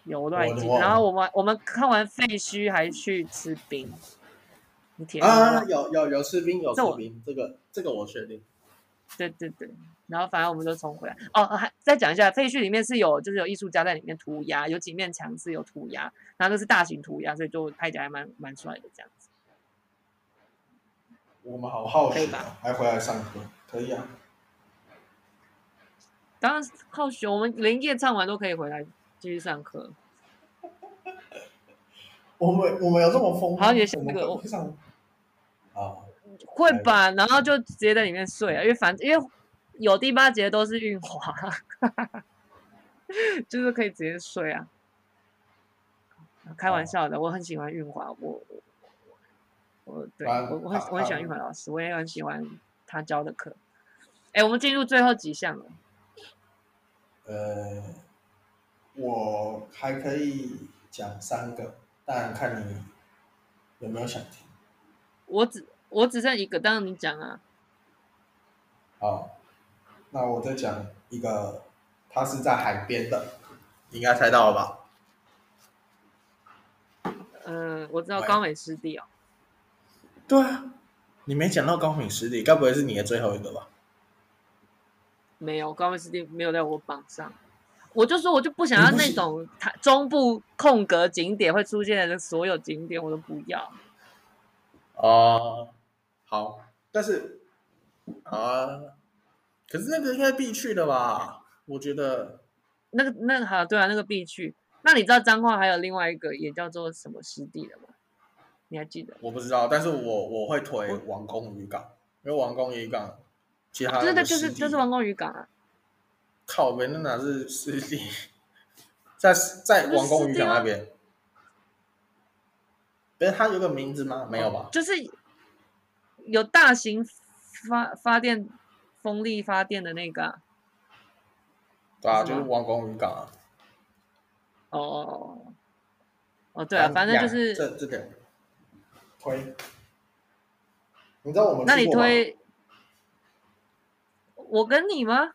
[SPEAKER 1] 有我都还
[SPEAKER 2] 我
[SPEAKER 1] 记得。
[SPEAKER 2] 忘了
[SPEAKER 1] 然后我们我们看完废墟还去吃冰，你铁定忘了
[SPEAKER 2] 啊，有有有士兵有士
[SPEAKER 1] 这我
[SPEAKER 2] 兵，这个这个我确定。
[SPEAKER 1] 对对对，然后反正我们就冲回来。哦，还再讲一下，废墟里面是有就是有艺术家在里面涂鸦，有几面墙是有涂鸦，然后这是大型涂鸦，所以就拍起来还蛮蛮帅的这样子。
[SPEAKER 5] 我们好好
[SPEAKER 1] 可以
[SPEAKER 5] 奇
[SPEAKER 1] 吧，
[SPEAKER 5] 还回来上课，可以啊。
[SPEAKER 1] 当然好学，我们连夜唱完都可以回来继续上课。
[SPEAKER 5] 我们我们有这么疯吗？
[SPEAKER 1] 好也是
[SPEAKER 5] 我们
[SPEAKER 1] 这个
[SPEAKER 5] 会不上
[SPEAKER 2] 啊，
[SPEAKER 1] 会
[SPEAKER 2] 来
[SPEAKER 1] 吧，然后就直接在里面睡啊，因为反正因为有第八节都是运华， 就是可以直接睡啊。开玩
[SPEAKER 2] 哦
[SPEAKER 1] 笑的，我很喜欢运华，我我我对
[SPEAKER 2] 啊
[SPEAKER 5] 反
[SPEAKER 1] 我我很
[SPEAKER 5] 他
[SPEAKER 1] 我很喜
[SPEAKER 5] 他
[SPEAKER 1] 欢运华老师，我也很喜欢他教的课。哎，我们进入最后几项了，
[SPEAKER 5] 呃，
[SPEAKER 2] 我还可以讲三个，但看你有没有想听。
[SPEAKER 1] 我只我只剩一个，当然你讲啊，
[SPEAKER 2] 好，哦那我再讲一个，它是在海边的，你应该猜到了吧？
[SPEAKER 1] 嗯，我知道
[SPEAKER 2] 喂
[SPEAKER 1] 高美湿地哦，
[SPEAKER 2] 对啊，你没讲到高品湿地，该不会是你的最后一个吧？
[SPEAKER 1] 没有，高美湿地没有在我榜上。我就说，我就不想要
[SPEAKER 2] 嗯你不
[SPEAKER 1] 那
[SPEAKER 2] 是
[SPEAKER 1] 种它中部空格景点会出现的所有景点，我都不要。
[SPEAKER 2] 哦、好，但是啊、可是那个应该必去的吧？我觉得
[SPEAKER 1] 那个、那个，好，对啊，那个必去。那你知道彰化还有另外一个也叫做什么湿地的吗？你还记得？
[SPEAKER 2] 我不知道，但是我我会推王宫渔港，因为王宫渔港其他
[SPEAKER 1] 对对，
[SPEAKER 2] 的
[SPEAKER 1] 就是就是王宫渔港啊，
[SPEAKER 2] 靠边，那哪是湿地？在在王宫渔港
[SPEAKER 1] 啊
[SPEAKER 2] 那边，不是它有个名字吗？没有吧？
[SPEAKER 1] 就是有大型发发电、风力发电的那个啊、
[SPEAKER 2] 对啊，
[SPEAKER 1] 是
[SPEAKER 2] 就
[SPEAKER 1] 吗
[SPEAKER 2] 是王宫渔港
[SPEAKER 1] 哦
[SPEAKER 2] 啊。
[SPEAKER 1] 哦哦哦，哦对啊，反正就
[SPEAKER 2] 两
[SPEAKER 1] 是，
[SPEAKER 2] 这这两个
[SPEAKER 5] 推，你知道我们
[SPEAKER 1] 那
[SPEAKER 5] 去
[SPEAKER 1] 你
[SPEAKER 2] 啊
[SPEAKER 5] 过吗
[SPEAKER 1] 推我跟你吗？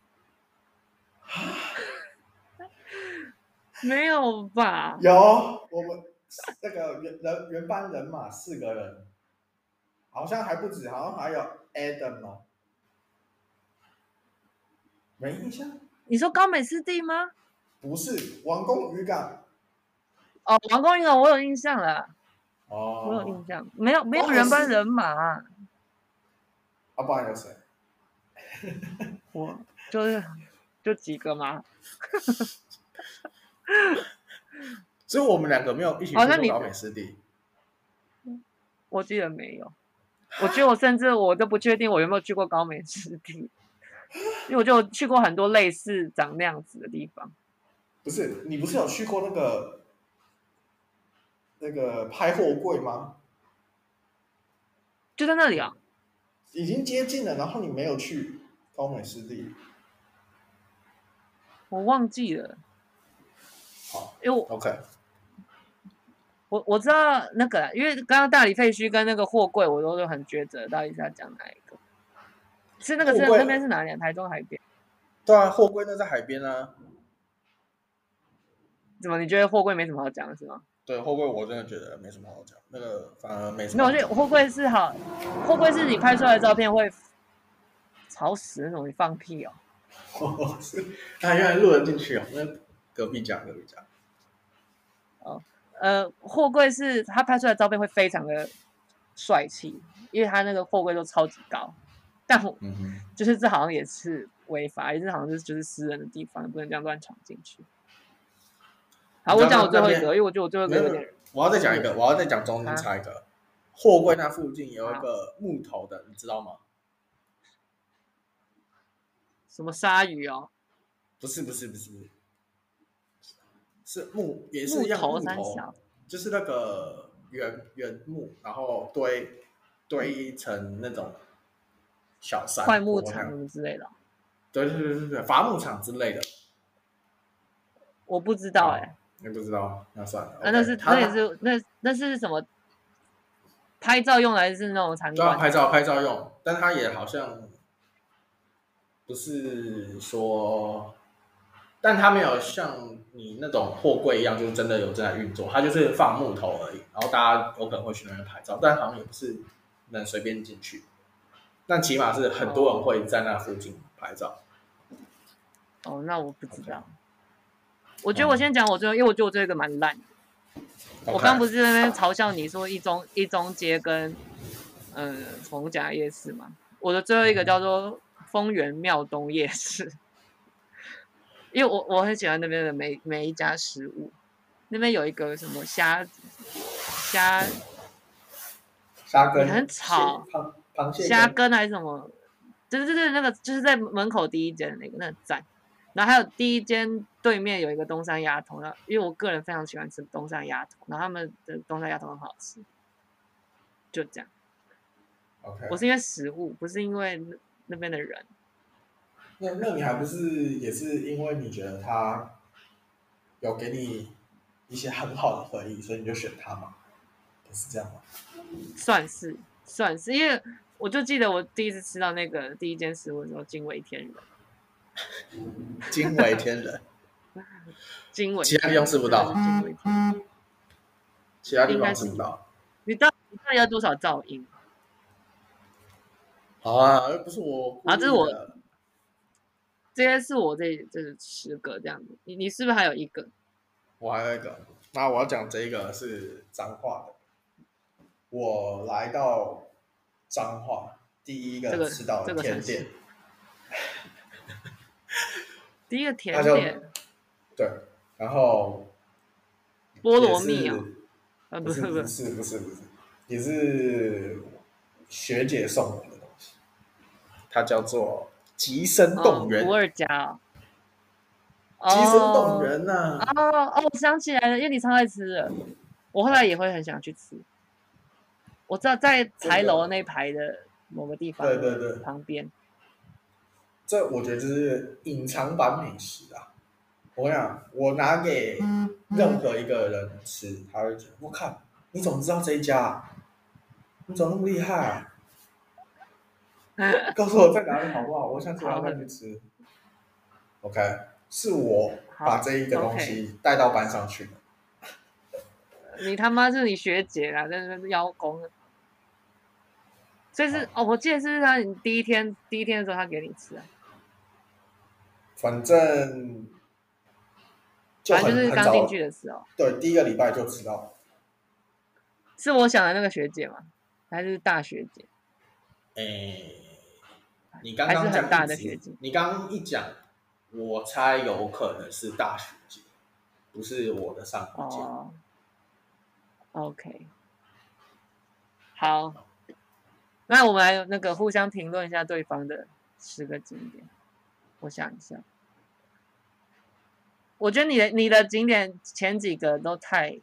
[SPEAKER 1] 没有吧？
[SPEAKER 2] 有我们那个原人原班人马四个人，好像还不止，好像还有 Adam 哦，没印象。
[SPEAKER 1] 你说高美湿地吗？
[SPEAKER 2] 不是王宫渔港
[SPEAKER 1] 哦，王宫渔港我有印象了，我有
[SPEAKER 2] 哦
[SPEAKER 1] 印，象，没有没有
[SPEAKER 2] 哦
[SPEAKER 1] 人班
[SPEAKER 2] 是
[SPEAKER 1] 人马啊、
[SPEAKER 2] 啊，不然有谁？
[SPEAKER 1] 我就是就几个嘛，
[SPEAKER 2] 所以我们两个没有一起去
[SPEAKER 1] 好那
[SPEAKER 2] 过
[SPEAKER 1] 你
[SPEAKER 2] 高美湿地。
[SPEAKER 1] 我记得没有。我觉得我甚至我都不确定我有没有去过高美湿地，因为我就去过很多类似长那样子的地方。
[SPEAKER 2] 不是，你不是有去过那个那个拍货柜吗？
[SPEAKER 1] 就在那里啊，
[SPEAKER 2] 已经接近了，然后你没有去高美湿地。
[SPEAKER 1] 我忘记了，
[SPEAKER 2] 好
[SPEAKER 1] 因为我
[SPEAKER 2] ，OK，
[SPEAKER 1] 我我知道那个啦，因为刚刚大理废墟跟那个货柜，我都是很抉择，到底是要讲哪一个？是那个是
[SPEAKER 2] 货柜
[SPEAKER 1] 那边是哪里、啊？台中海边？
[SPEAKER 2] 对啊，货柜那在海边啊。
[SPEAKER 1] 怎么你觉得货柜没什么好讲的是吗？
[SPEAKER 2] 对，货柜我真的觉得没什么好讲，那个反而没什
[SPEAKER 1] 没
[SPEAKER 2] 么
[SPEAKER 1] 有，我觉得
[SPEAKER 2] 好讲。
[SPEAKER 1] 货柜是好，货柜是你拍出来的照片会吵死那种，你放屁哦。
[SPEAKER 2] 哦， 啊是，啊，原来录了进去哦，那隔壁讲，隔壁讲。
[SPEAKER 1] 呃，货柜是它拍出来的照片会非常的帅气，因为它那个货柜都超级高。但我
[SPEAKER 2] 嗯哼，
[SPEAKER 1] 就是这好像也是违法，因为这好像是就是私人的地方，不能这样乱闯进去。好，
[SPEAKER 2] 你
[SPEAKER 1] 我
[SPEAKER 2] 知道
[SPEAKER 1] 讲我最
[SPEAKER 2] 那
[SPEAKER 1] 后一
[SPEAKER 2] 边
[SPEAKER 1] 个，因为我觉得我最后一
[SPEAKER 2] 没
[SPEAKER 1] 个
[SPEAKER 2] 有
[SPEAKER 1] 有
[SPEAKER 2] 没有
[SPEAKER 1] 点，
[SPEAKER 2] 我要再讲一个，我要再讲中
[SPEAKER 1] 啊
[SPEAKER 2] 间插一个，货柜那附近有一个木头的，你知道吗？
[SPEAKER 1] 什么鲨鱼哦，
[SPEAKER 2] 不是不是不是不是，是木也是
[SPEAKER 1] 木
[SPEAKER 2] 一样
[SPEAKER 1] 头
[SPEAKER 2] 木
[SPEAKER 1] 三
[SPEAKER 2] 头，
[SPEAKER 1] 小，
[SPEAKER 2] 就是那个原原木，然后堆堆一层那种小山
[SPEAKER 1] 快木
[SPEAKER 2] 啊坡那
[SPEAKER 1] 场什
[SPEAKER 2] 样，
[SPEAKER 1] 么之类的哦，
[SPEAKER 2] 对对对对对，伐木场之类的，
[SPEAKER 1] 我不知道
[SPEAKER 2] 好
[SPEAKER 1] 哎、
[SPEAKER 2] 你不知道，那算了。
[SPEAKER 1] 啊，那
[SPEAKER 2] 哦 OK
[SPEAKER 1] 是
[SPEAKER 2] 他
[SPEAKER 1] 那也是那那是什么？拍照用来是那种场
[SPEAKER 2] 对啊，
[SPEAKER 1] 馆，
[SPEAKER 2] 拍照拍照用，但他也好像不是说，但他没有像你那种货柜一样，就是真的有正在运作，他就是放木头而已，然后大家有可能会去那边拍照，但好像也不是能随便进去，但起码是很多人会在那附近拍照。
[SPEAKER 1] 哦，那我不知道。我
[SPEAKER 2] 哦
[SPEAKER 1] 觉得我先讲我最后，因为我觉得我最后一个蛮烂的。我刚不
[SPEAKER 2] 是
[SPEAKER 1] 是在那边嘲笑你说一中一中街跟嗯逢甲夜市嘛？我的最后一个叫做丰原庙东夜市， 因为我我很喜欢那边的每每一家食物。那边有一个什么虾虾
[SPEAKER 2] 虾
[SPEAKER 1] 你很吵，
[SPEAKER 2] 蟹螃螃蟹
[SPEAKER 1] 虾
[SPEAKER 2] 羹
[SPEAKER 1] 羹还是什么？对对对，那个就是在门口第一间的那个，那很赞。然后还有第一间对面有一个东山鸭头，然后因为我个人非常喜欢吃东山鸭头，然后他们的东山鸭头很好吃，就这样。
[SPEAKER 2] ，OK，
[SPEAKER 1] 我是因为食物，不是因为那那边的人。
[SPEAKER 2] 那那你还不是也是因为你觉得他有给你一些很好的回忆，所以你就选他嘛？不是这样吗？
[SPEAKER 1] 算是算是，因为我就记得我第一次吃到那个第一间食物的时候惊为天人，
[SPEAKER 2] 惊为天人，
[SPEAKER 1] 惊为
[SPEAKER 2] 其他地方吃不到
[SPEAKER 1] 真的是惊为天人。
[SPEAKER 2] 其他地方吃不到。
[SPEAKER 1] 你到你到底要多少噪音？
[SPEAKER 2] 好啊，又不是我故
[SPEAKER 1] 啊
[SPEAKER 2] 意的
[SPEAKER 1] 这是我这些是我这这十个这样子，你你是不是还有一个？
[SPEAKER 2] 我还有一个，那我要讲这一个是彰化的。我来到彰化，第一
[SPEAKER 1] 这
[SPEAKER 2] 个
[SPEAKER 1] 个
[SPEAKER 2] 吃到
[SPEAKER 1] 这
[SPEAKER 2] 的
[SPEAKER 1] 个
[SPEAKER 2] 甜
[SPEAKER 1] 城市
[SPEAKER 2] 点，
[SPEAKER 1] 第一个甜
[SPEAKER 2] 那就
[SPEAKER 1] 点
[SPEAKER 2] 对，然后
[SPEAKER 1] 菠
[SPEAKER 2] 也
[SPEAKER 1] 萝
[SPEAKER 2] 是
[SPEAKER 1] 蜜啊，啊
[SPEAKER 2] 不
[SPEAKER 1] 不
[SPEAKER 2] 是
[SPEAKER 1] 是
[SPEAKER 2] 不
[SPEAKER 1] 不
[SPEAKER 2] 是
[SPEAKER 1] 是，
[SPEAKER 2] 不是不是，也是学姐送我的东西，它叫做极生
[SPEAKER 1] 哦
[SPEAKER 2] 动员，
[SPEAKER 1] 伏尔加啊，
[SPEAKER 2] 极生动
[SPEAKER 1] 哦
[SPEAKER 2] 员啊呐、
[SPEAKER 1] 哦哦，我想起来了，因为你超爱吃的，我后来也会很想去吃。我知道在台楼那一排的某个地方，
[SPEAKER 2] 对对对
[SPEAKER 1] 旁边
[SPEAKER 2] 这我觉得就是隐藏版美食啊！我跟你讲，我拿给任
[SPEAKER 1] 嗯
[SPEAKER 2] 何一个人吃，他会觉得我靠，你怎么知道这一家、啊？你怎么那么厉害、 啊？告诉我在哪里好不好？我想请他再去吃。OK，是我把这一个东西带到班上去的。
[SPEAKER 1] 你他妈是你学姐啦，在那边邀功。所以是哦，我记得是他你第一天第一天的时候他给你吃啊，
[SPEAKER 2] 反正就
[SPEAKER 1] 反
[SPEAKER 2] 很
[SPEAKER 1] 正就是
[SPEAKER 2] 很
[SPEAKER 1] 刚进
[SPEAKER 2] 早，
[SPEAKER 1] 去的时候，
[SPEAKER 2] 对，第一个礼拜就知道。
[SPEAKER 1] 是我想的那个学姐吗？还是大学姐？
[SPEAKER 2] 哎，你刚
[SPEAKER 1] 还
[SPEAKER 2] 刚
[SPEAKER 1] 是
[SPEAKER 2] 讲
[SPEAKER 1] 很大的
[SPEAKER 2] 一直
[SPEAKER 1] 学姐
[SPEAKER 2] 你刚刚一讲，我猜有可能是大学姐，不是我的上一届。
[SPEAKER 1] 哦，OK，好，那我们来那个互相评论一下对方的十个景点。我想一下，我觉得你的你的景点前几个都太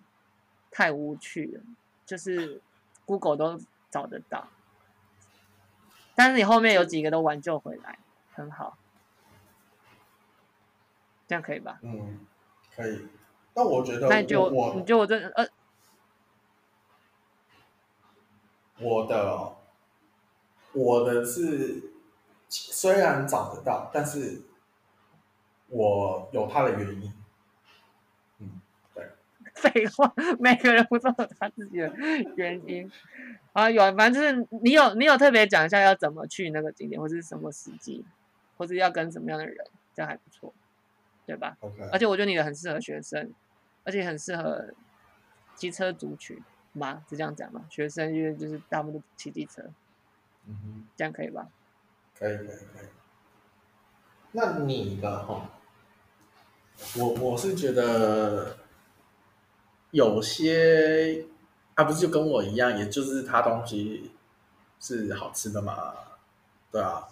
[SPEAKER 1] 太无趣了，就是 Google 都找得到，但是你后面有几个都挽救回来，很好，这样可以吧？
[SPEAKER 2] 嗯，可以。但我觉得
[SPEAKER 1] 那你觉得
[SPEAKER 2] 我
[SPEAKER 1] 我，你
[SPEAKER 2] 我
[SPEAKER 1] 觉得我这呃，
[SPEAKER 2] 我的我的是虽然找得到，但是我有它的原因。
[SPEAKER 1] 废话，每个人不都有他自己的原因啊，有，反正就是你有你有特别讲一下要怎么去那个景点，或者是什么时机，或者要跟什么样的人，这样还不错，对吧？
[SPEAKER 2] OK，
[SPEAKER 1] 而且我觉得你的很适合学生，而且很适合机车族群吗？是这样讲吗？学生因为就是大部分都骑机车，
[SPEAKER 2] 嗯哼。
[SPEAKER 1] 这样可以吧？
[SPEAKER 2] 可以可以可以。那你的哈，我我是觉得有些啊，不是就跟我一样，也就是他东西是好吃的嘛，对啊。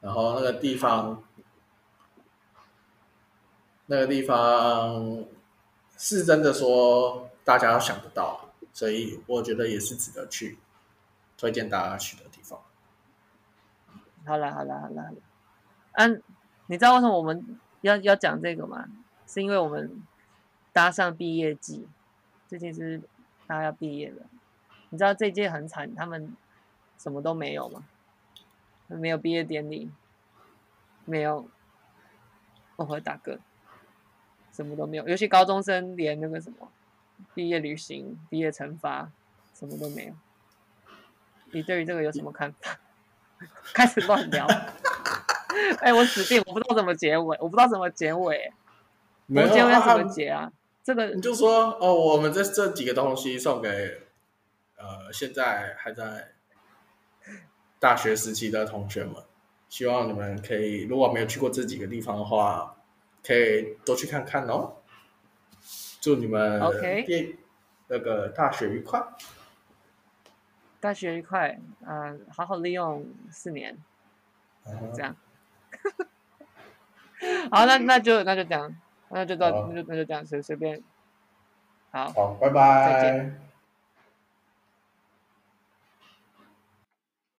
[SPEAKER 2] 然后那个地方，那个地方是真的说大家都想不到，所以我觉得也是值得去，推荐大家去的地方。
[SPEAKER 1] 好啦好啦好啦好啦，嗯、你知道为什么我们要要讲这个吗？是因为我们搭上毕业季，最近是大家要毕业了。你知道这一届很惨，他们什么都没有吗？没有毕业典礼，没有我和大哥，什么都没有。尤其高中生连那个什么毕业旅行、毕业惩罚，什么都没有。你对于这个有什么看法？开始乱聊。 哎、我死定，我不知道怎么结尾，我不知道怎么结尾，我
[SPEAKER 2] 没
[SPEAKER 1] 们结尾要怎么
[SPEAKER 2] 啊
[SPEAKER 1] 结啊？这个
[SPEAKER 2] 你就说哦，我们这这几个东西送给呃现在还在大学时期的同学们，希望你们可以如果没有去过这几个地方的话，可以多去看看哦。祝你们
[SPEAKER 1] OK
[SPEAKER 2] 毕那个大学愉快。
[SPEAKER 1] 大学愉快，啊，好好利用四年，这样。好，那那就那就这样，那就到
[SPEAKER 2] 好啊
[SPEAKER 1] 那就那就这样，随随便。好，
[SPEAKER 2] 好，拜
[SPEAKER 1] 再
[SPEAKER 2] 拜
[SPEAKER 1] 见。